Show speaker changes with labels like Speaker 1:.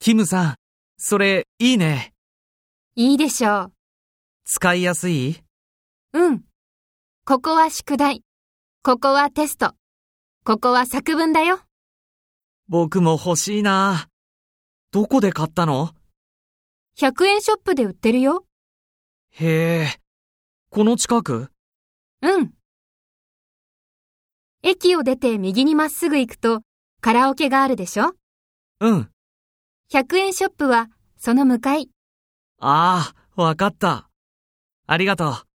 Speaker 1: キムさん、それいいね。
Speaker 2: いいでしょう。
Speaker 1: 使いやすい
Speaker 2: うん。ここは宿題。ここはテスト。ここは作文だよ。
Speaker 1: 僕も欲しいな。どこで買ったの
Speaker 2: 100円ショップで売ってるよ。
Speaker 1: へえ。この近く
Speaker 2: うん。駅を出て右にまっすぐ行くとカラオケがあるでしょ
Speaker 1: うん。
Speaker 2: ?100 円ショップはその向かい。
Speaker 1: ああ、わかった。ありがとう。